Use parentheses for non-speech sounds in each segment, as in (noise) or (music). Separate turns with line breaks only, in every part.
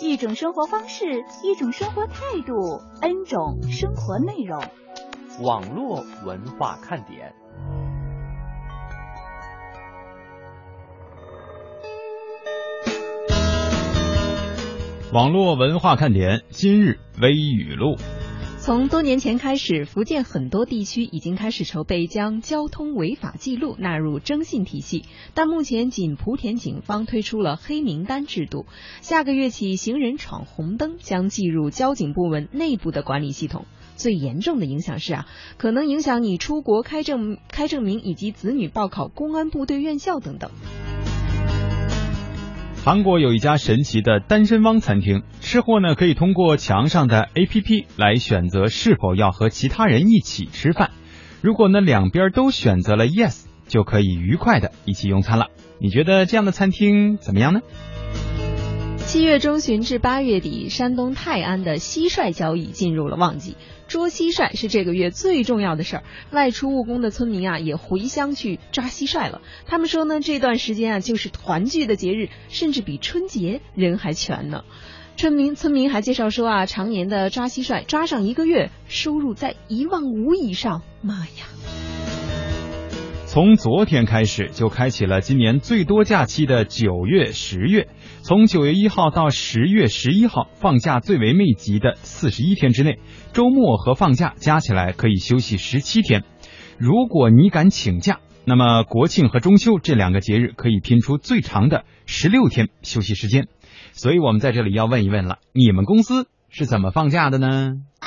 一种生活方式，一种生活态度，N 种生活内容。
网络文化看点。
网络文化看点今日微语录。
从多年前开始，福建很多地区已经开始筹备将交通违法记录纳入征信体系，但目前仅莆田警方推出了黑名单制度。下个月起，行人闯红灯将计入交警部门内部的管理系统。最严重的影响是啊，可能影响你出国开证、开证明以及子女报考公安部队院校等等。
韩国有一家神奇的单身汪餐厅，吃货呢可以通过墙上的 APP 来选择是否要和其他人一起吃饭。如果呢两边都选择了 yes，就可以愉快的一起用餐了。你觉得这样的餐厅怎么样呢？
七月中旬至八月底，山东泰安的蟋蟀交易进入了旺季，捉蟋蟀是这个月最重要的事儿。外出务工的村民啊，也回乡去抓蟋蟀了。他们说呢，这段时间啊，就是团聚的节日，甚至比春节人还全呢。村民村民还介绍说啊，常年的抓蟋蟀，抓上一个月，收入在一万五以上。妈呀！
从昨天开始就开启了今年最多假期的九月、十月。从九月一号到十月十一号，放假最为密集的四十一天之内，周末和放假加起来可以休息十七天。如果你敢请假，那么国庆和中秋这两个节日可以拼出最长的十六天休息时间。所以我们在这里要问一问了，你们公司是怎么放假的呢？
(laughs)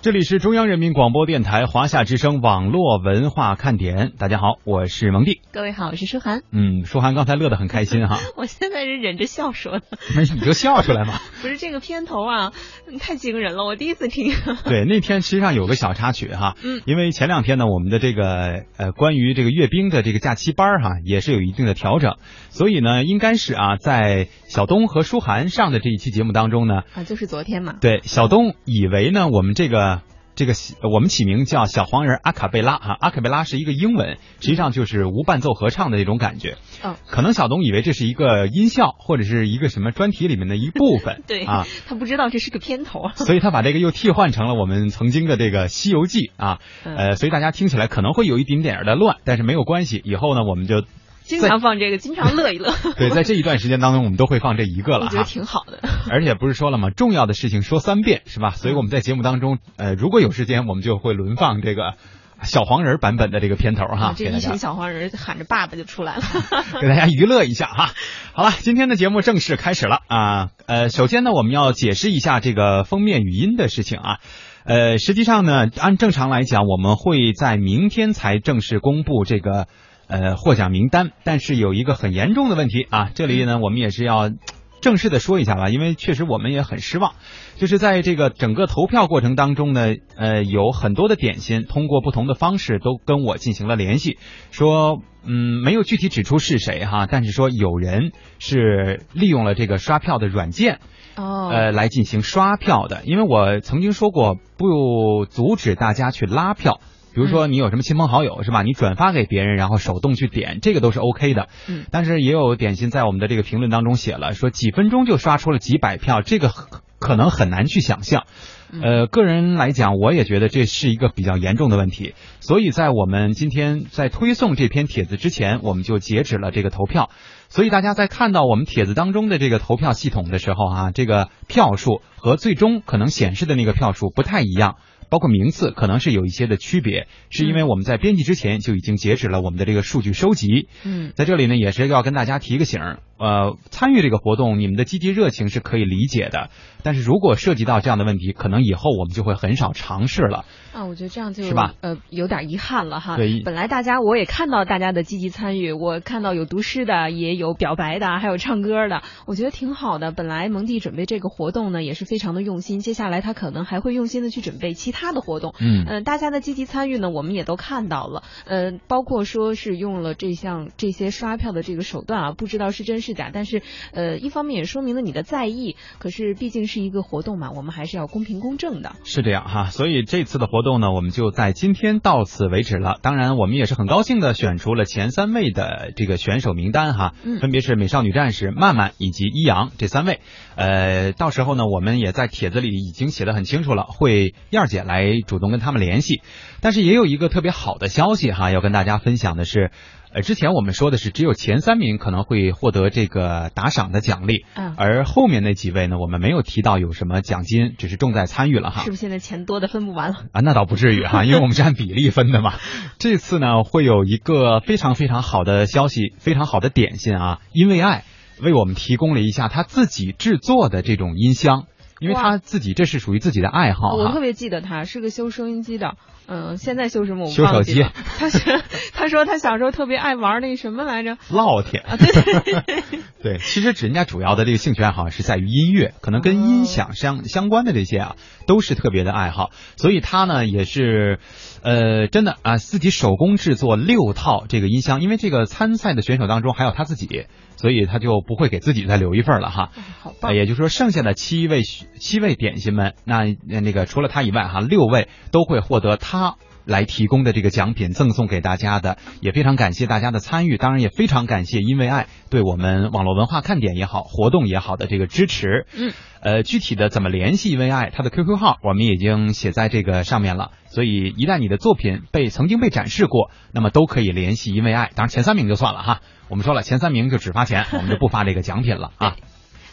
这里是中央人民广播电台华夏之声网络文化看点，大家好，我是蒙蒂。
各位好，我是舒涵， (laughs)
嗯，舒涵刚才乐得很开心 (laughs) 哈，
我现在是忍着笑说的，
那你就笑出来嘛。
不是这个片头啊，太惊人了，我第一次听。
(laughs) 对，那天实际上有个小插曲哈，
嗯
因为前两天呢，我们的这个呃关于这个阅兵的这个假期班儿哈，也是有一定的调整，所以呢，应该是啊，在小东和舒涵上的这一期节目当中呢，
啊，就是昨天嘛。
对小东以为呢，我们这个。这个起我们起名叫小黄人阿卡贝拉哈，阿卡贝拉是一个英文，实际上就是无伴奏合唱的那种感觉。
嗯，。
可能小东以为这是一个音效或者是一个什么专题里面的一部分
(laughs) (laughs) 对
啊，
他不知道这是个片头啊。
所以他把这个又替换成了我们曾经的这个《西游记》啊，
嗯
呃，所以大家听起来可能会有一点点儿的乱，但是没有关系，以后呢，我们就
经常放这个，经常乐
(laughs)
一乐，
对在这一段时间当中，我们都会放这一个了
我觉得
哈。
挺好的。
(laughs) 而且不是说了吗？重要的事情说三遍是
嗯
吧？所以我们在节目当中，呃，如果有时间，我们就会轮放这个小黄人版本的这个片头哈，
(laughs) 啊这
给
一
大家
群小黄人喊着爸爸就出
(laughs)
来了。
给大家娱乐一下哈。好了，今天的节目正式开始了啊。呃，首先呢，我们要解释一下这个封面语音的事情啊。呃，实际上呢，按正常来讲，我们会在明天才正式公布这个呃获奖名单，但是有一个很严重的问题啊，这里呢，我们也是要。正式的说一下吧，因为确实我们也很失望，就是在这个整个投票过程当中呢，呃，有很多的点心通过不同的方式都跟我进行了联系，说，嗯，没有具体指出是谁哈，但是说有人是利用了这个刷票的软件，
哦，
呃，来进行刷票的。因为我曾经说过，不阻止大家去拉票。比如说，你有什么亲朋好友是吧？你转发给别人，然后手动去点，这个都是 OK 的。
嗯
但是也有点心在我们的这个评论当中写了，说几分钟就刷出了几百票，这个很可能很难去想象。
嗯
呃，个人来讲，我也觉得这是一个比较严重的问题，所以在我们今天在推送这篇帖子之前，我们就截止了这个投票。所以大家在看到我们帖子当中的这个投票系统的时候啊，这个票数和最终可能显示的那个票数不太一样，包括名次可能是有一些的区别，是因为我们在编辑之前就已经截止了我们的这个数据收集。
嗯
在这里呢，也是要跟大家提个醒儿，呃，参与这个活动，你们的积极热情是可以理解的，但是如果涉及到这样的问题，可能以后我们就会很少尝试了。
啊，我觉得这样就是
吧
呃有点遗憾了哈。
对
本来大家我也看到大家的积极参与，我看到有读诗的，也有表白的，还有唱歌的，我觉得挺好的。本来蒙蒂准备这个活动呢，也是非常的用心，接下来他可能还会用心的去准备其他的活动。
嗯
嗯，大家的积极参与呢，我们也都看到了。呃，包括说是用了这项这些刷票的这个手段啊，不知道是真是假，但是呃，一方面也说明了你的在意。可是毕竟是一个活动嘛，我们还是要公平公正的。
是这样哈，所以这次的活动呢，我们就在今天到此为止了。当然，我们也是很高兴的选出了前三位的这个选手名单哈，
嗯
分别是美少女战士、曼曼以及一阳这三位。呃，到时候呢，我们也在帖子里已经写的很清楚了，会燕儿姐来主动跟他们联系。但是也有一个特别好的消息哈，要跟大家分享的是。呃，之前我们说的是只有前三名可能会获得这个打赏的奖励，
啊，
而后面那几位呢，我们没有提到有什么奖金，只是重在参与了哈。
啊是不是现在钱多的分不完了？
啊，那倒不至于哈，因为我们是按比例分的嘛。这次呢，会有一个非常非常好的消息，非常好的点心啊，因为爱为我们提供了一下他自己制作的这种音箱，因为
哇
他自己这是属于自己的爱好
我特
哈。
别记得他是个修收音机的，嗯、现在修什么我
修
忘
手
记
机
了。他是 (laughs) 他说他小时候特别爱玩那什么来
(laughs)
着？
烙铁，对 (laughs) 对，其实人家主要的这个兴趣爱好是在于音乐，可能跟音响相相关的这些啊，都是特别的爱好。所以他呢也是，呃，真的啊，自己手工制作六套这个音箱，因为这个参赛的选手当中还有他自己，所以他就不会给自己再留一份了哈。
哎好棒
呃，！也就是说，剩下的七位七位点心们，那呃那个除了他以外哈，六位都会获得他来提供的这个奖品赠送给大家的。也非常感谢大家的参与，当然也非常感谢因为爱对我们网络文化看点也好、活动也好的这个支持。
嗯，
呃，具体的怎么联系因为爱，他的 QQ 号我们已经写在这个上面了。所以一旦你的作品被曾经被展示过，那么都可以联系因为爱。当然前三名就算了哈，我们说了前三名就只发钱，我们就不发这个奖品了啊。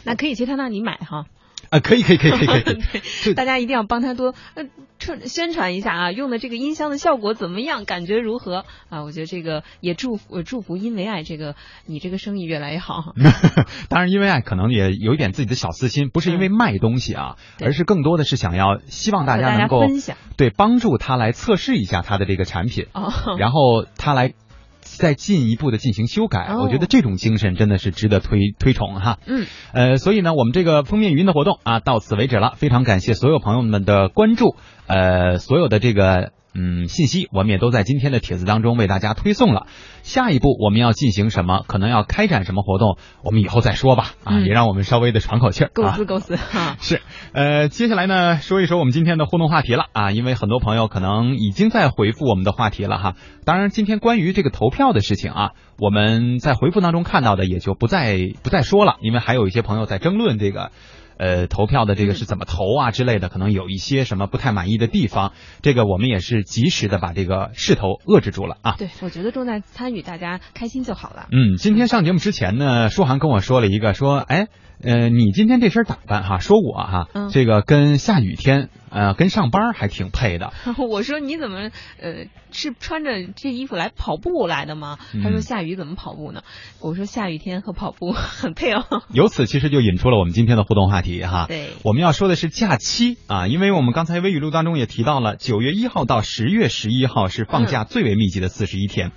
那可以去他那里买哈，
啊，可以可以可以可以可以
(laughs)
可以，这
大家一定要帮他多呃传宣传一下啊，用的这个音箱的效果怎么样？感觉如何啊？我觉得这个也祝福呃祝福因为爱这个你这个生意越来越好 (laughs) 哈。
(laughs) 当然，因为爱啊可能也有一点自己的小私心，不是因为卖东西啊，
嗯对
而是更多的是想要希望大
和
家
大家
能够
分享
对帮助他来测试一下他的这个产品，
哦，
然后他来再进一步的进行修改。
哦
我觉得这种精神真的是值得推推崇哈。
嗯，
呃，所以呢，我们这个封面语音的活动啊，到此为止了。非常感谢所有朋友们的关注，呃，所有的这个嗯信息，我们也都在今天的帖子当中为大家推送了。下一步我们要进行什么？可能要开展什么活动？我们以后再说吧。啊，
嗯
也让我们稍微的喘口气儿
构
啊
思。构思哈。
是，呃，接下来呢，说一说我们今天的互动话题了啊，因为很多朋友可能已经在回复我们的话题了哈。当然，今天关于这个投票的事情啊，我们在回复当中看到的也就不再不再说了，因为还有一些朋友在争论这个。呃，投票的这个是怎么投啊之类的，可能有一些什么不太满意的地方，这个我们也是及时的把这个势头遏制住了啊。
对，我觉得重在参与，大家开心就好了。
嗯，今天上节目之前呢，舒涵跟我说了一个，说，哎，呃，你今天这身打扮哈，说我哈，
嗯
这个跟下雨天，呃，跟上班还挺配的。
(laughs) 我说你怎么呃是穿着这衣服来跑步来的吗？
嗯
他说下雨怎么跑步呢？我说下雨天和跑步 (laughs) 很配哦。
由此其实就引出了我们今天的互动话题哈。
对，
我们要说的是假期啊，因为我们刚才微语录当中也提到了，九月一号到十月十一号是放假最为密集的四十一天。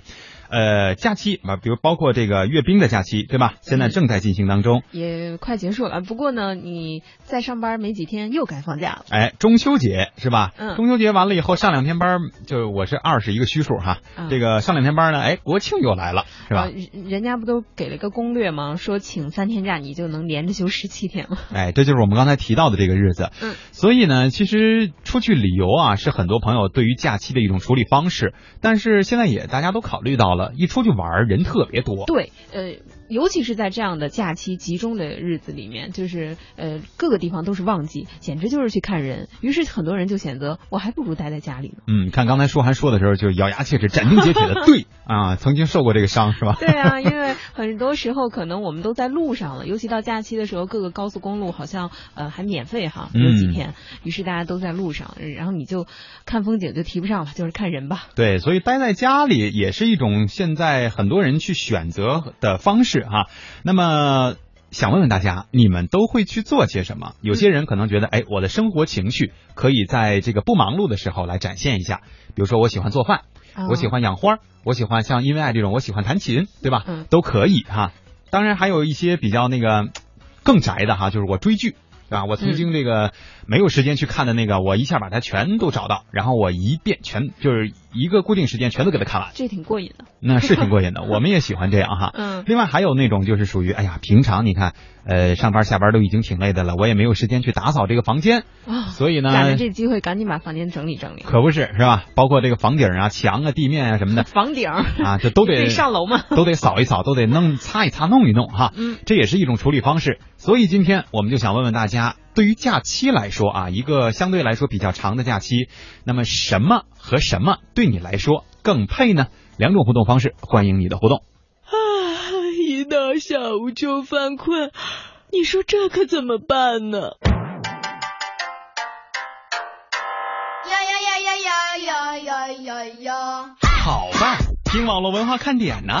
呃，假期啊，比如包括这个阅兵的假期，对吧？现在正在进行当中。
也快结束了。不过呢，你再上班没几天又该放假了。
哎，中秋节是吧？
嗯
中秋节完了以后，上两天班儿，就是我是二是一个虚数哈。
嗯
这个上两天班呢，哎，国庆又来了，是吧
呃？人人家不都给了个攻略吗？说请三天假，你就能连着休十七天 (laughs) 了。
哎，这就是我们刚才提到的这个日子。
嗯，
所以呢，其实出去旅游啊，是很多朋友对于假期的一种处理方式。但是现在也大家都考虑到了，一出去玩儿人特别多。
对，呃，尤其是在这样的假期集中的日子里面，就是呃各个地方都是旺季，简直就是去看人。于是很多人就选择，我还不如待在家里呢。
嗯，看刚才舒涵说的时候，就咬牙切齿、斩钉截铁的对啊，曾经受过这个伤是吧？
对啊，因为很多时候可能我们都在路上了，尤其到假期的时候，各个高速公路好像呃还免费哈，有几
嗯
天，于是大家都在路上，然后你就看风景就提不上吧，就是看人吧。
对，所以待在家里也是一种现在很多人去选择的方式哈、那么。想问问大家，你们都会去做些什么？有些人可能觉得，哎，我的生活情绪可以在这个不忙碌的时候来展现一下。比如说，我喜欢做饭，
啊
我喜欢养花儿，我喜欢像因为爱这种，我喜欢弹琴，对吧？
嗯
都可以哈、当然还有一些比较那个更宅的哈，就是我追剧。啊，我曾经这
嗯
个没有时间去看的那个，我一下把它全都找到，然后我一遍全就是一个固定时间全都给它看完，
这挺过瘾的。
那是挺过
(laughs)
瘾的。我们也喜欢这样哈。
嗯 (laughs)
另外还有那种就是属于，哎呀，平常你看，呃，上班下班都已经挺累的了，我也没有时间去打扫这个房间，
啊，
所以呢，
赶着这机会赶紧把房间整理整理。
可不是是吧？包括这个房顶啊、墙啊、地面啊什么的，
房顶儿
啊，这都
(laughs) 你
得
可以上楼吗？
都得扫一扫，都得弄擦一擦、弄一弄哈。
嗯，
这也是一种处理方式。所以今天我们就想问问大家，对于假期来说啊，一个相对来说比较长的假期，那么什么和什么对你来说更配呢？两种互动方式，欢迎你的互动。
(laughs) 一到下午就犯困，你说这可怎么办呢？
呀呀呀呀呀呀呀呀呀！
好吧，听网络文化看点呢、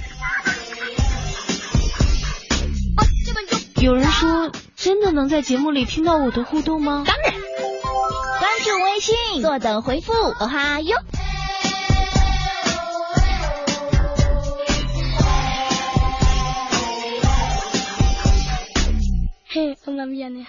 (laughs) 有人说，真的能在节目里听到我的互动吗？
关注微信，坐等回复，哦哈哟。
嘿，我们演的。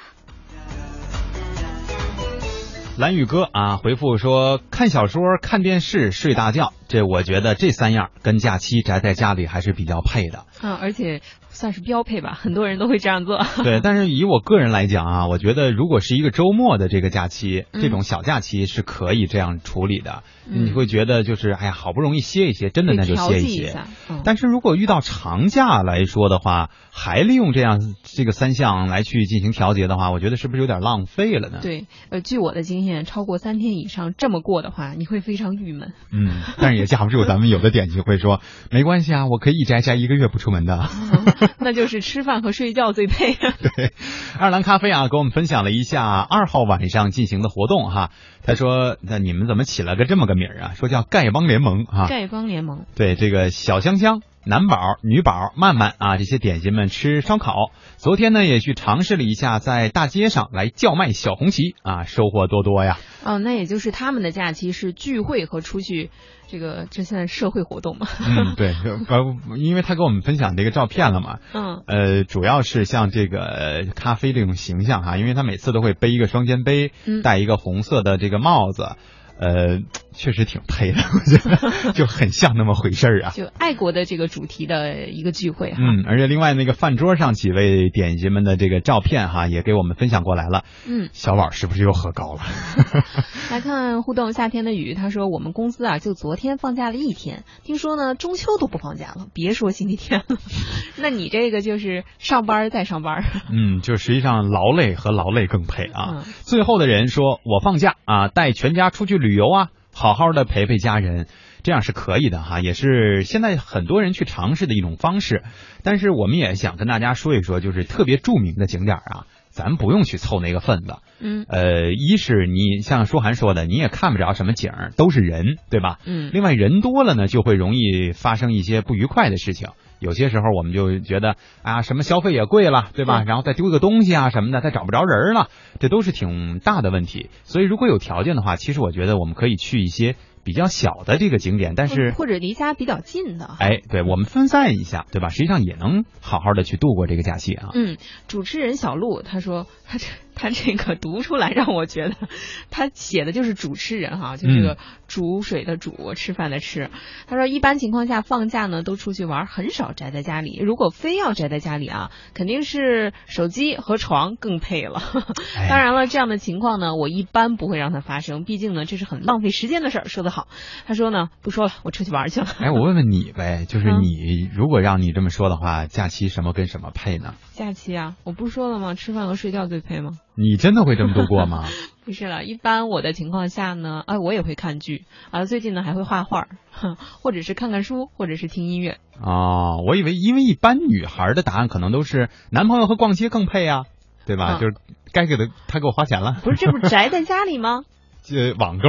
蓝宇哥啊，回复说看小说、看电视、睡大觉，这我觉得这三样跟假期宅在家里还是比较配
(laughs)
的。
嗯，而且算是标配吧，很多人都会这样做。
对，但是以我个人来讲啊，我觉得如果是一个周末的这个假期，
嗯
这种小假期是可以这样处理的。
嗯
你会觉得就是哎呀，好不容易歇一歇，真的那就歇
调剂一
歇
下。嗯
但是如果遇到长假来说的话，还利用这样这个三项来去进行调节的话，我觉得是不是有点浪费了呢？，
对，呃，据我的经验，超过三天以上这么过的话，你会非常郁
(laughs)
闷。
嗯，但是也架不住咱们有的点就会说， (laughs) 没关系啊，我可以一宅宅一个月不出门的。 (laughs)
那就是吃饭和睡觉最
(laughs)
配。
二郎咖啡啊，给我们分享了一下二号晚上进行的活动哈。他说：“那你们怎么起了个这么个名儿啊？说叫丐帮联盟啊？
丐帮联盟，
对，这个小香香、男宝、女宝、曼曼啊，这些点心们吃烧烤。昨天呢，也去尝试了一下在大街上来叫卖小红旗啊，收获多多呀。
哦，那也就是他们的假期是聚会和出去，这个这算社会
(laughs)
活动嘛？
嗯，对，呃，因为他给我们分享这个照片了嘛，
嗯，
呃，主要是像这个呃咖啡这种形象哈，因为他每次都会背一个双肩背
嗯，
戴一个红色的这个帽子，呃，确实挺配的， (laughs) 我觉得就很像那么回事儿啊。
就爱国的这个主题的一个聚会哈。
嗯，而且另外那个饭桌上几位点心们的这个照片哈，也给我们分享过来了。
嗯，
小宝是不是又喝高了？
来看互动，夏天的雨，他说我们公司啊，就昨天放假了一天，听说呢中秋都不放假了，别说星期天了。 (laughs) 那你这个就是上班儿再上班儿。
(laughs) 嗯，就实际上劳累和劳累更配啊。
嗯
最后的人说：“我放假啊，带全家出去旅游啊，好好的陪陪家人，这样是可以的哈，也是现在很多人去尝试的一种方式。但是我们也想跟大家说一说，就是特别著名的景点啊，咱不用去凑那个份子。
嗯
呃，一是你像舒涵说的，你也看不着什么景儿，都是人，对吧？
嗯，
另外人多了呢，就会容易发生一些不愉快的事情。有些时候我们就觉得啊，什么消费也贵了，对
嗯
吧？然后再丢个东西啊什么的，再找不着人儿了，这都是挺大的问题。所以如果有条件的话，其实我觉得我们可以去一些比较小的这个景点，但是
或者离家比较近的。
哎，对我们分散一下，对吧？实际上也能好好的去度过这个假期啊。
嗯，主持人小鹿他说他这他这个读出来让我觉得他写的就是主持人哈，就这个煮水的煮，吃饭的吃。他说一般情况下放假呢都出去玩，很少宅在家里。如果非要宅在家里啊，肯定是手机和床更配了。 (laughs)
哎
当然了，这样的情况呢，我一般不会让它发生，毕竟呢这是很浪费时间的事儿。说得好，他说呢不说了，我出去玩去了。 (laughs)
哎，我问问你呗，就是
嗯
你如果让你这么说的话，假期什么跟什么配呢？
假期啊，我不是说了吗？吃饭和睡觉最配吗？
你真的会这么度过吗？
不是了，一般我的情况下呢，哎，我也会看剧啊，最近呢还会画画，哼或者是看看书，或者是听音乐。
哦，我以为因为一般女孩的答案可能都是男朋友和逛街更配啊，对吧？
嗯
就是该给他他给我花钱了，
不是，这不是宅在家里吗？ (laughs)
这网购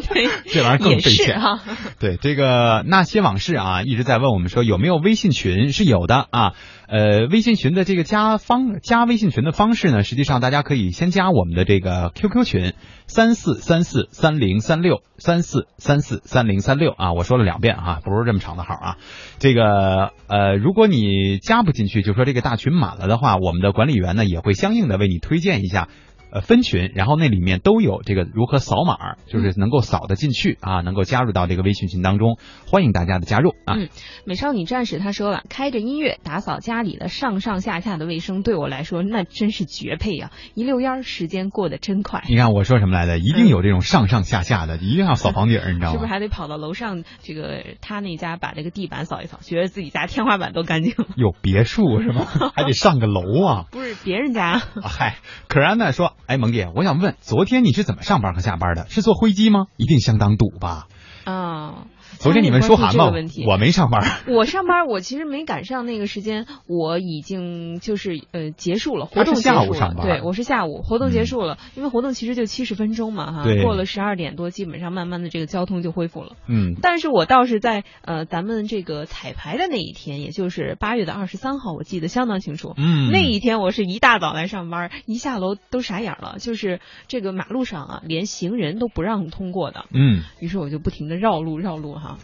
对，
(laughs) 这玩意儿更
也
费
是
钱。
哈、
对这个那些往事啊，一直在问我们说有没有微信群，是有的啊。呃，微信群的这个加方加微信群的方式呢，实际上大家可以先加我们的这个 QQ 群三四三四三零三六三四三四三零三六啊，我说了两遍啊，不是这么长的号啊。这个呃，如果你加不进去，就说这个大群满了的话，我们的管理员呢也会相应的为你推荐一下。呃，分群，然后那里面都有这个如何扫码，就是
嗯
能够扫得进去啊，能够加入到这个微信群当中，欢迎大家的加入啊。
嗯美少女战士她说了，开着音乐打扫家里的上上下下的卫生，对我来说那真是绝配呀、一溜烟儿时间过得真快。
你看我说什么来的？一定有这种上上下下的，一定要扫房顶儿，你知道
嗯是不是
吗？
还得跑到楼上这个他那家把这个地板扫一扫，觉得自己家天花板都干净了？
有别墅是
(laughs)
吗？还得上个楼啊！
不是别人家，
啊嗨，可然呢说，哎，萌姐，我想问，昨天你是怎么上班和下班的？是坐灰机吗？一定相当堵吧？
啊、
昨天你们说寒
这
吗
个问题？
我没上班。
我上班，我其实没赶上那个时间，我已经就是呃结束了活
他是
动结束
下
了，
午上班
对，我是下午活动
嗯
结束了，因为活动其实就七十分钟嘛哈
对，
过了十二点多，基本上慢慢的这个交通就恢复了。
嗯，
但是我倒是在呃咱们这个彩排的那一天，也就是八月的二十三号，我记得相当清楚。
嗯
那一天我是一大早来上班，一下楼都傻眼了，就是这个马路上啊，连行人都不让通过的。
嗯，
于是我就不停的绕路绕路
(laughs)
哈，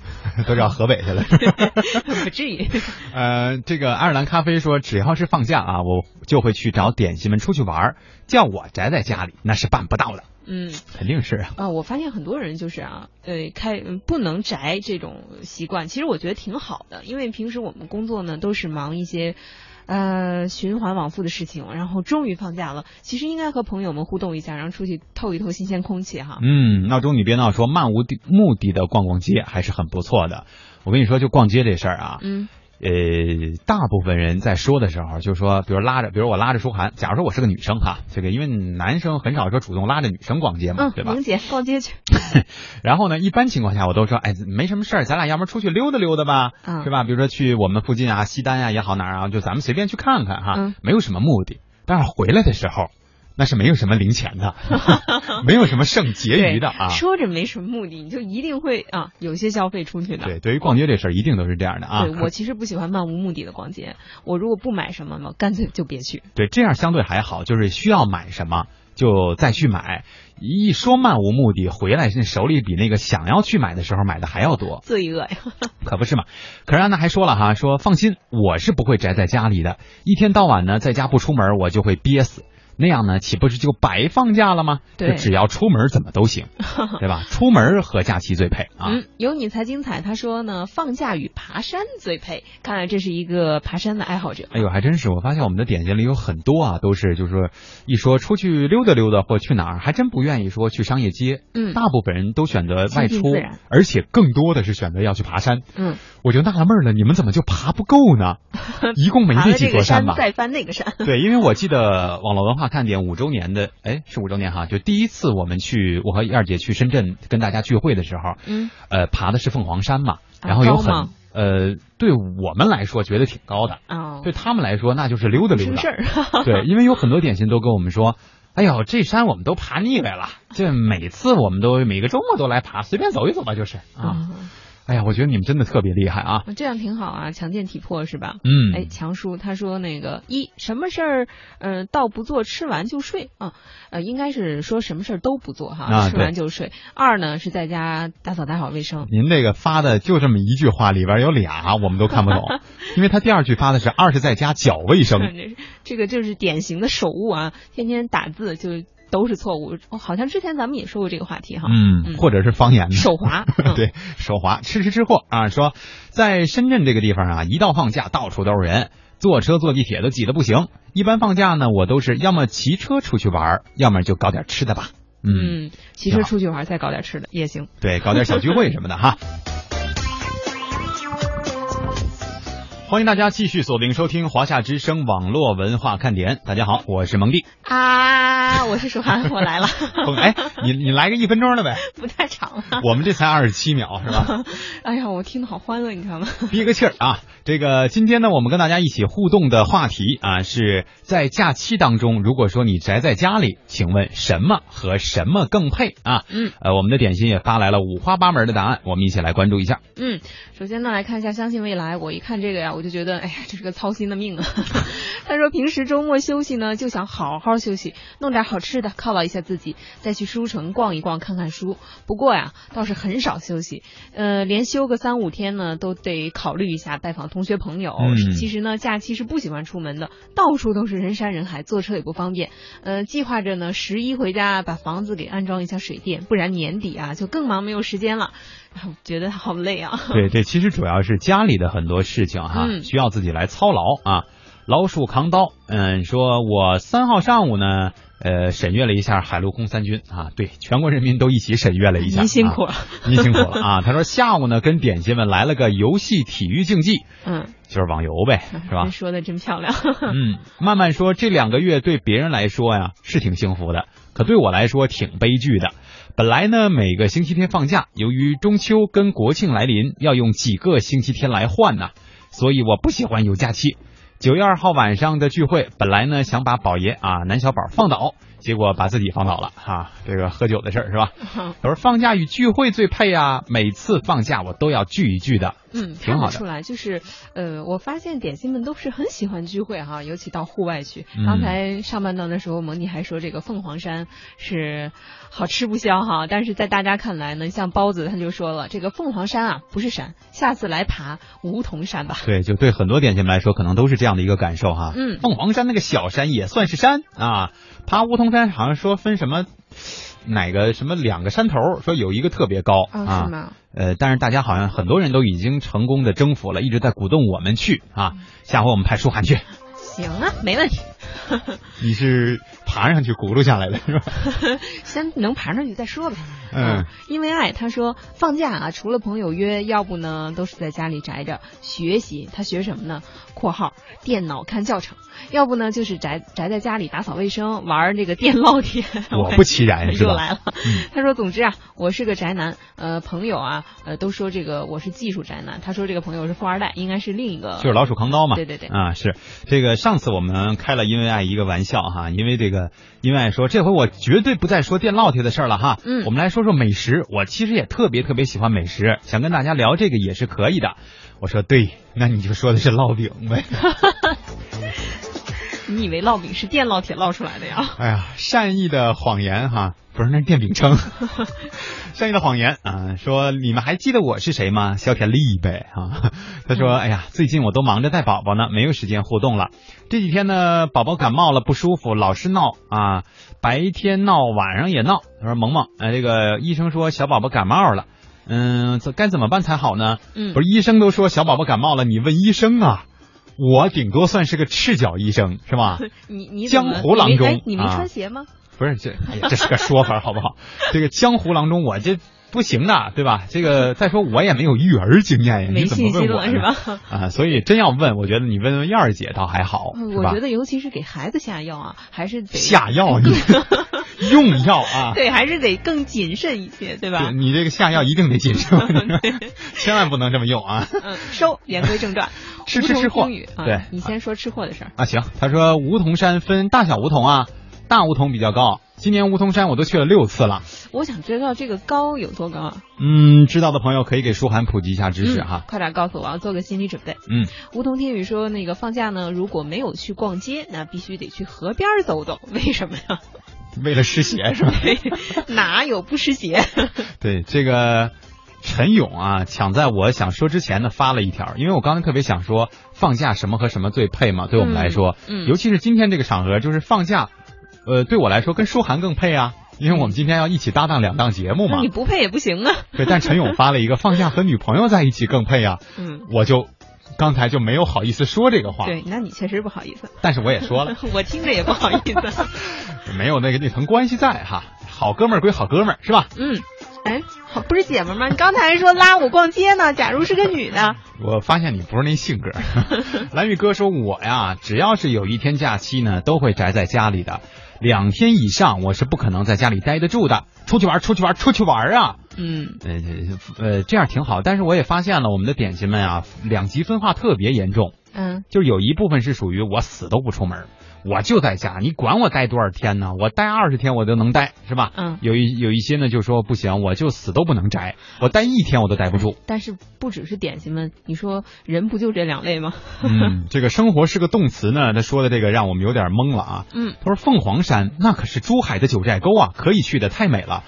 都绕河北去了。 (laughs)
不至于。
呃，这个爱尔兰咖啡说，只要是放假啊，我就会去找点心们出去玩儿，叫我宅在家里那是办不到的，
嗯
肯定是啊。
啊，我发现很多人就是啊，呃，开嗯不能宅这种习惯，其实我觉得挺好的，因为平时我们工作呢都是忙一些。呃，循环往复的事情，然后终于放假了。其实应该和朋友们互动一下，然后出去透一透新鲜空气哈。
嗯，闹钟你别闹说，漫无地目的的逛逛街还是很不错的。我跟你说，就逛街这事儿啊，
嗯
呃，大部分人在说的时候，就说，比如拉着，比如我拉着舒涵，假如说我是个女生哈，这个因为男生很少说主动拉着女生逛街嘛，
嗯
对，吧
萌？姐逛街去。
然后呢，一般情况下我都说，哎，没什么事儿，咱俩要么出去溜达溜达吧，
嗯
是吧？比如说去我们附近啊，西单啊也好哪儿啊，就咱们随便去看看哈，
嗯
没有什么目的。但是回来的时候，那是没有什么零钱
(laughs)
的，没有什么剩结余的啊。
说着没什么目的，你就一定会啊有些消费出去的。
对，对于逛街这事儿，一定都是这样的啊。
对我其实不喜欢漫无目的的逛街，我如果不买什么嘛，干脆就别去。
对，这样相对还好，就是需要买什么就再去买。一说漫无目的，回来那手里比那个想要去买的时候买的还要多。
罪恶呀！
可不是嘛。可是安娜还说了哈，说放心，我是不会宅在家里的，一天到晚呢在家不出门，我就会憋死。那样呢，岂不是就白放假了吗？
对
就只要出门怎么都
(laughs)
行，对吧？出门和假期最配啊。
嗯，有你才精彩。他说呢，放假与爬山最配。看来这是一个爬山的爱好者。
哎呦，还真是！我发现我们的点心里有很多啊，都是就是说，一说出去溜达溜达或去哪儿，还真不愿意说去商业街。
嗯
大部分人都选择外
亲近
出
自然，
而且更多的是选择要去爬山。
嗯，
我就纳了闷儿了，你们怎么就爬不够
(laughs)
呢？一共没
爬
那
了
几
这
座
个
山吧？
再翻那个山。 (laughs)
对，因为我记得网络文化看点五周年的，哎，是五周年哈，就第一次我们去，我和燕儿姐去深圳跟大家聚会的时候，
嗯，
呃，爬的是凤凰山嘛，
啊
然后有
高
很、
吗
呃，对我们来说觉得挺高的，
哦，
(laughs) 对他们来说那就是溜达溜
出事
达。
儿。 (laughs)
对，因为有很多点心都跟我们说。哎呦，这山我们都爬腻歪了，这每次我们都每个周末都来爬，随便走一走吧，就是啊。
啊，
哎呀，我觉得你们真的特别厉害啊！
这样挺好啊，强健体魄是吧？
嗯，
哎，强叔他说那个一什么事儿，嗯、到不做，吃完就睡啊，呃，应该是说什么事儿都不做哈，
啊
吃完就睡。二呢是在家打扫打扫卫生，
您这个发的就这么一句话，里边有俩我们都看不懂，因为他第二句发的是二是在家搅卫生，
这嗯这个就是典型的手误啊，天天打字就都是错误。哦，好像之前咱们也说过这个话题哈，
嗯，或者是方言的。，
手滑
(laughs)
嗯、
对，手滑，吃吃吃货啊！说在深圳这个地方啊，一到放假到处都是人，坐车坐地铁都挤得不行。一般放假呢，我都是要么骑车出去玩儿，要么就搞点吃的吧。嗯，
嗯，骑
挺
车
好
出去玩儿再搞点吃的也行。
对，搞点小聚会什么的哈。欢迎大家继续锁定收听华夏之声网络文化看点。大家好，我是蒙蒂。
啊，我是舒涵，我来了，
哎，你你来个一分钟的呗，
(laughs) 不太长了。
我们这才二十七秒是吧？
(laughs) 哎呀，我听的好欢乐，你看吗？
憋个气儿啊！这个今天呢，我们跟大家一起互动的话题啊，是在假期当中，如果说你宅在家里，请问什么和什么更配啊？
嗯，
呃，我们的点心也发来了五花八门的答案，我们一起来关注一下。
嗯，首先呢，来看一下，相信未来。我一看这个呀，我就觉得，哎呀，这是个操心的命啊。他说，平时周末休息呢，就想好好休息，弄点好吃的犒劳一下自己，再去书城逛一逛，看看书。不过呀，倒是很少休息，呃，连休个三五天呢，都得考虑一下拜访同学朋友。
嗯
其实呢，假期是不喜欢出门的，到处都是人山人海，坐车也不方便。呃，计划着呢，十一回家把房子给安装一下水电，不然年底啊就更忙没有时间了。 (laughs) 哎我觉得好累
(laughs)
啊。 (laughs)
对，这其实主要是家里的很多事情哈，
嗯
需要自己来操劳啊。老鼠扛刀，嗯，说我三号上午呢，呃，审阅了一下海陆空三军啊，对，全国人民都一起审阅了一下，
您辛
啊
苦了，
您辛苦了啊！他说下午呢，跟点心们来了个游戏体育竞技，
嗯，
就是网游呗，是吧
您？嗯说的真漂亮。 (laughs)
嗯，曼曼说这两个月对别人来说呀是挺幸福的，可对我来说挺悲剧的。本来呢每个星期天放假，由于中秋跟国庆来临，要用几个星期天来换呢，所以我不喜欢有假期。九月二号晚上的聚会，本来呢想把宝爷啊南小宝放倒，结果把自己放倒了哈、啊。这个喝酒的事儿是吧？他说放假与聚会最配啊，每次放假我都要聚一聚的。
嗯，
挺
看
好
得
的
出来，就是呃，我发现点心们都是很喜欢聚会哈、尤其到户外去。
嗯
刚才上半段的时候，蒙蒂还说这个凤凰山是好吃不消哈，但是在大家看来呢，像包子他就说了，这个凤凰山啊不是山，下次来爬梧桐山吧。
对，就对很多点心们来说，可能都是这样的一个感受哈。
嗯
凤凰山那个小山也算是山啊，爬梧桐山好像说分什么哪个什么两个山头，说有一个特别高啊。
哦是吗？
呃，但是大家好像很多人都已经成功的征服了，一直在鼓动我们去啊。
嗯
下回我们派舒涵去，
行啊，没问题。
你是爬上去轱辘下来的 (laughs) 是吧？
(laughs) 先能爬上去再说呗。啊
嗯，
因为爱，他说放假啊，除了朋友约，要不呢都是在家里宅着学习。他学什么呢？（括号电脑看教程）要不呢就是宅宅在家里打扫卫生，玩这个电烙铁。哎
果
(laughs)
不其然是
又
吧？嗯
来了。他说：“总之啊，我是个宅男，呃，朋友啊，呃，都说这个我是技术宅男。他说这个朋友是富二代，应该是另一个，
就是老鼠扛刀嘛。
对对对，
啊，是这个上次我们开了因为爱一个玩笑哈，因为这个因为爱说这回我绝对不再说电烙铁的事儿了哈，
嗯
我们来说说美食，我其实也特别特别喜欢美食，想跟大家聊这个也是可以的。我说对，那你就说的是烙饼呗。
(laughs) 你以为烙饼是电烙铁烙出来的呀？
哎呀，善意的谎言哈，不是那是电饼铛，善意的谎言啊，说你们还记得我是谁吗？肖田丽呗啊， (laughs) 他说哎呀，最近我都忙着带宝宝呢，没有时间互动了。这几天呢，宝宝感冒了不舒服，老是闹啊，白天闹，晚上也闹。他说萌萌，呃，这个医生说小宝宝感冒了，嗯，怎该怎么办才好呢？
嗯
不是医生都说小宝宝感冒了，你问医生啊。我顶多算是个赤脚医生，是吧？
你你怎么
江湖郎中
你没哎你没
啊
穿鞋吗？
不是这，哎呀，这是个说法，好不 (laughs) 好？这个江湖郎中，我这不行的，对吧？这个再说我也没有育儿经验呀，你
没
怎么
信心
问我
了
呢
是？吧？”
啊，所以真要问，我觉得你问问燕儿姐倒还好，
嗯
是
我
吧
觉？得尤其是给孩子下药啊，还是得
下药你
(laughs)
用药啊，
对，还是得更谨慎一些，对吧
对？你这个下药一定得谨慎，千万不能这么用啊。，
嗯，收，言归正传
(laughs) 吃吃吃货
梧桐风雨啊
对
你先说吃货的事儿。
啊，行，他说梧桐山分大小梧桐啊，大梧桐比较高，今年梧桐山我都去了六次了。
我想知道这个高有多高啊？
嗯，知道的朋友可以给舒涵普及一下知识
嗯
哈。
快点告诉我，我要做个心理准备。
嗯，
梧桐天宇说，那个放假呢，如果没有去逛街，那必须得去河边儿走走。为什么呀？ (laughs)
嗯为了湿鞋是吧？
哪有不湿鞋？ (laughs)
对这个陈勇啊，抢在我想说之前呢发了一条，因为我刚才特别想说放假什么和什么最配嘛，对我们来说，
嗯嗯
尤其是今天这个场合，就是放假，呃，对我来说跟舒涵更配啊，因为我们今天要一起搭档两档节目嘛
那你。不配也不行啊。
对，但陈勇发了一个放假和女朋友在一起更配啊，
嗯，
我就刚才就没有好意思说这个话，
对，那你确实不好意思，
但是我也说了，
(laughs) 我听着也不好意思。 (laughs)
没有那个那层关系在哈，好哥们儿归好哥们儿是吧？
嗯，哎，好，不是姐们儿吗？你刚才还说拉我逛街呢，假如是个女的，
我发现你不是那性格。蓝宇哥说：“我呀，只要是有一天假期呢，都会宅在家里的。两天以上，我是不可能在家里待得住的。出去玩，出去玩，出去玩啊！
嗯，
呃呃，这样挺好。但是我也发现了，我们的点心们啊，两极分化特别严重。
嗯，
就是有一部分是属于我死都不出门，我就在家，你管我待多少天呢？我待二十天我都能待，是吧？
嗯
有一有一些呢，就说不行，我就死都不能宅，我待一天我都待不住。
但是不只是点心们，你说人不就这两类吗？
嗯，这个生活是个动词呢，他说的这个让我们有点懵了啊。
嗯，
他说凤凰山那可是珠海的九寨沟啊，可以去的，太美了。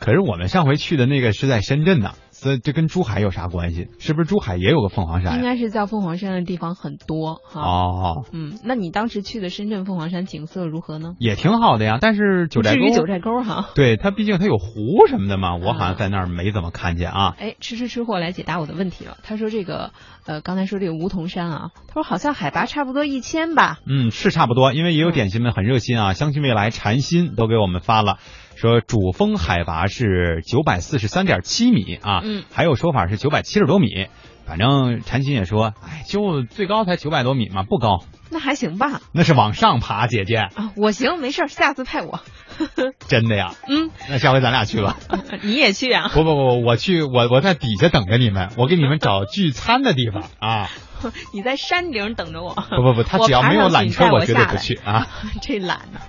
可是我们上回去的那个是在深圳呢，所以这跟珠海有啥关系？是不是珠海也有个凤凰山呀？
应该是叫凤凰山的地方很多哈。
哦，
嗯，那你当时去的深圳凤凰山景色如何呢？
也挺好的呀，但是九寨
至
沟
于九寨沟哈，
对它毕竟它有湖什么的嘛，我好像在那儿没怎么看见啊。
哎，吃吃吃货来解答我的问题了。他说这个，呃，刚才说这个梧桐山啊，他说好像海拔差不多一千吧。
嗯，是差不多，因为也有点心们很热
嗯
心啊，相信未来禅心都给我们发了，说主峰海拔是九百四十三点七米啊，
嗯，
还有说法是九百七十多米，反正禅心也说，哎，就最高才九百多米嘛，不高，
那还行吧
那是往上爬，姐姐，
啊，我行，没事儿，下次派我。 (laughs)
真的呀，
嗯，
那下回咱俩去
(laughs)
吧，
你也去啊？
不不不，我去，我我在底下等着你们，我给你们找聚餐的地方啊，
(laughs) 你在山顶等着我。
不不不，他只要没有缆车，我绝对不去啊。
(laughs) 这懒呢、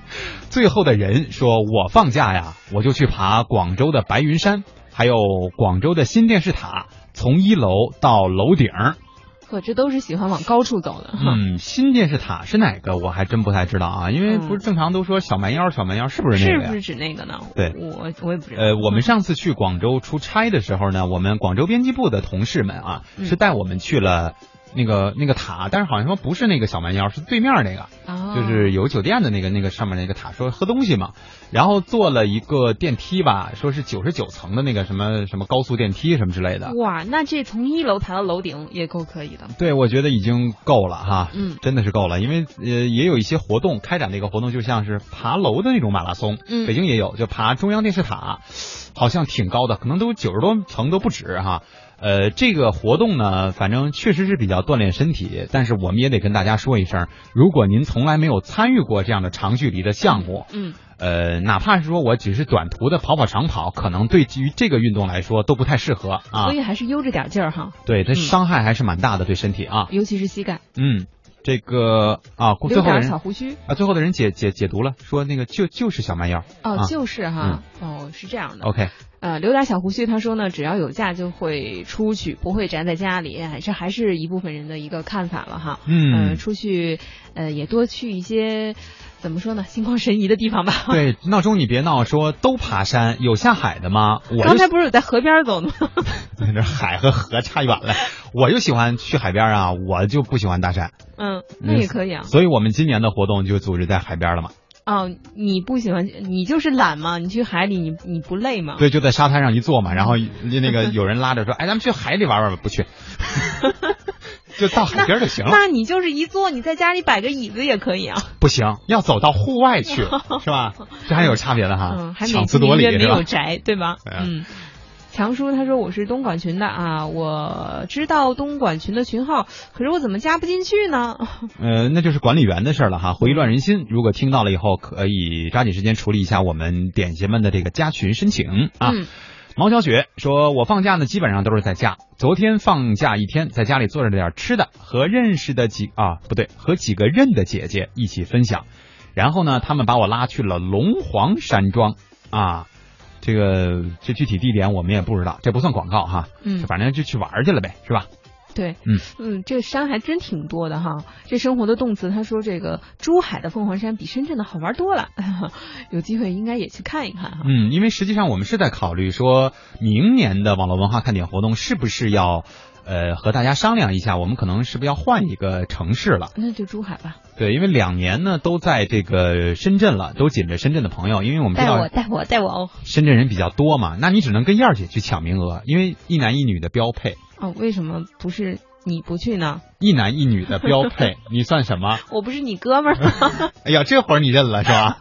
最后的人说：“我放假呀，我就去爬广州的白云山，还有广州的新电视塔，从一楼到楼顶。
呵，这都是喜欢往高处走的。哈。
嗯，新电视塔是哪个？我还真不太知道啊，因为
嗯
不是正常都说小蛮腰，小蛮腰是不是那
是
个呀？
不是指那个呢？
对
我我也不知道。
呃，我们上次去广州出差的时候呢，我们广州编辑部的同事们啊，
嗯
是带我们去了那个那个塔，但是好像说不是那个小蛮腰，是对面那个。
啊
就是有酒店的那个那个上面那个塔，说喝东西嘛，然后坐了一个电梯吧，说是九十九层的那个什么什么高速电梯什么之类的。
哇，那这从一楼爬到楼顶也够可以的。
对，我觉得已经够了哈，
嗯
真的是够了，因为呃也有一些活动，开展的一个活动就像是爬楼的那种马拉松，
嗯
北京也有，就爬中央电视塔，好像挺高的，可能都九十多层都不止哈。呃，这个活动呢，反正确实是比较锻炼身体，但是我们也得跟大家说一声，如果您从来没有参与过这样的长距离的项目，
嗯，
呃，哪怕是说我只是短途的跑跑长跑，可能对于这个运动来说都不太适合啊
所。以还是悠着点劲儿哈，
对，它
嗯
伤害还是蛮大的，对身体啊。
尤其是膝盖，
嗯，这个啊，最
留
后的
点
人
小胡须。
啊，最后的人解解解读了，说那个就就是小蛮腰。
哦，
啊嗯
就是哈，哦，是这样的。
OK，
呃，留点小胡须，他说呢，只要有假就会出去，不会宅在家里，哎这还是一部分人的一个看法了哈。
嗯
呃，出去，呃，也多去一些，怎么说呢，心旷神怡的地方吧。
对，闹钟你别闹，说都爬山有下海的吗？我
刚
就
才不是有在河边
(laughs)
走呢吗？
那海和河差远了，我就喜欢去海边啊，我就不喜欢大山，
嗯，那也可以啊。
所以我们今年的活动就组织在海边了嘛。
哦，你不喜欢，你就是懒嘛，你去海里你你不累 (laughs) 吗？
对，就在沙滩上一坐嘛，然后那个有人拉
(laughs)
着说，哎，咱们去海里玩玩吧，不去，就到海边就行了。
那你就是一坐，你在家里摆个椅子也可以啊。
不行，要走到户外
(laughs)
去，是吧？这还有差别的哈，
嗯，还美
强
其
词夺
名曰
理
没
是吧
有？宅，对吧？
对啊
嗯。强叔他说我是东莞群的啊，我知道东莞群的群号，可是我怎么加不进去呢？
呃，那就是管理员的事儿了哈。回忆乱人心，如果听到了以后，可以抓紧时间处理一下我们点心们的这个加群申请啊。
(laughs) 嗯
毛小雪说：“我放假呢，基本上都是在家。昨天放假一天，在家里做着点吃的，和认识的几啊不对，和几个认的姐姐一起分享。然后呢，他们把我拉去了龙皇山庄啊，这个这具体地点我们也不知道，这不算广告哈，
嗯
反正就去玩儿去了呗，是吧？
对，
嗯
嗯，这个山还真挺多的哈。这生活的动词，他说这个珠海的凤凰山比深圳的好玩多了， (laughs) 有机会应该也去看一看哈。
嗯，因为实际上我们是在考虑说，明年的网络文化看点活动是不是要，呃，和大家商量一下，我们可能是不是要换一个城市了？
那就珠海吧，
对，因为两年呢都在这个深圳了，都紧着深圳的朋友，因为我们知
带
道
我带我带我哦
深圳人比较多嘛，那你只能跟燕儿姐去抢名额，因为一男一女的标配，
哦，为什么不是你不去呢？
(laughs) 一男一女的标配，你算什么？
我不是你哥们儿吗？
哎呀，这会儿你认了是吧？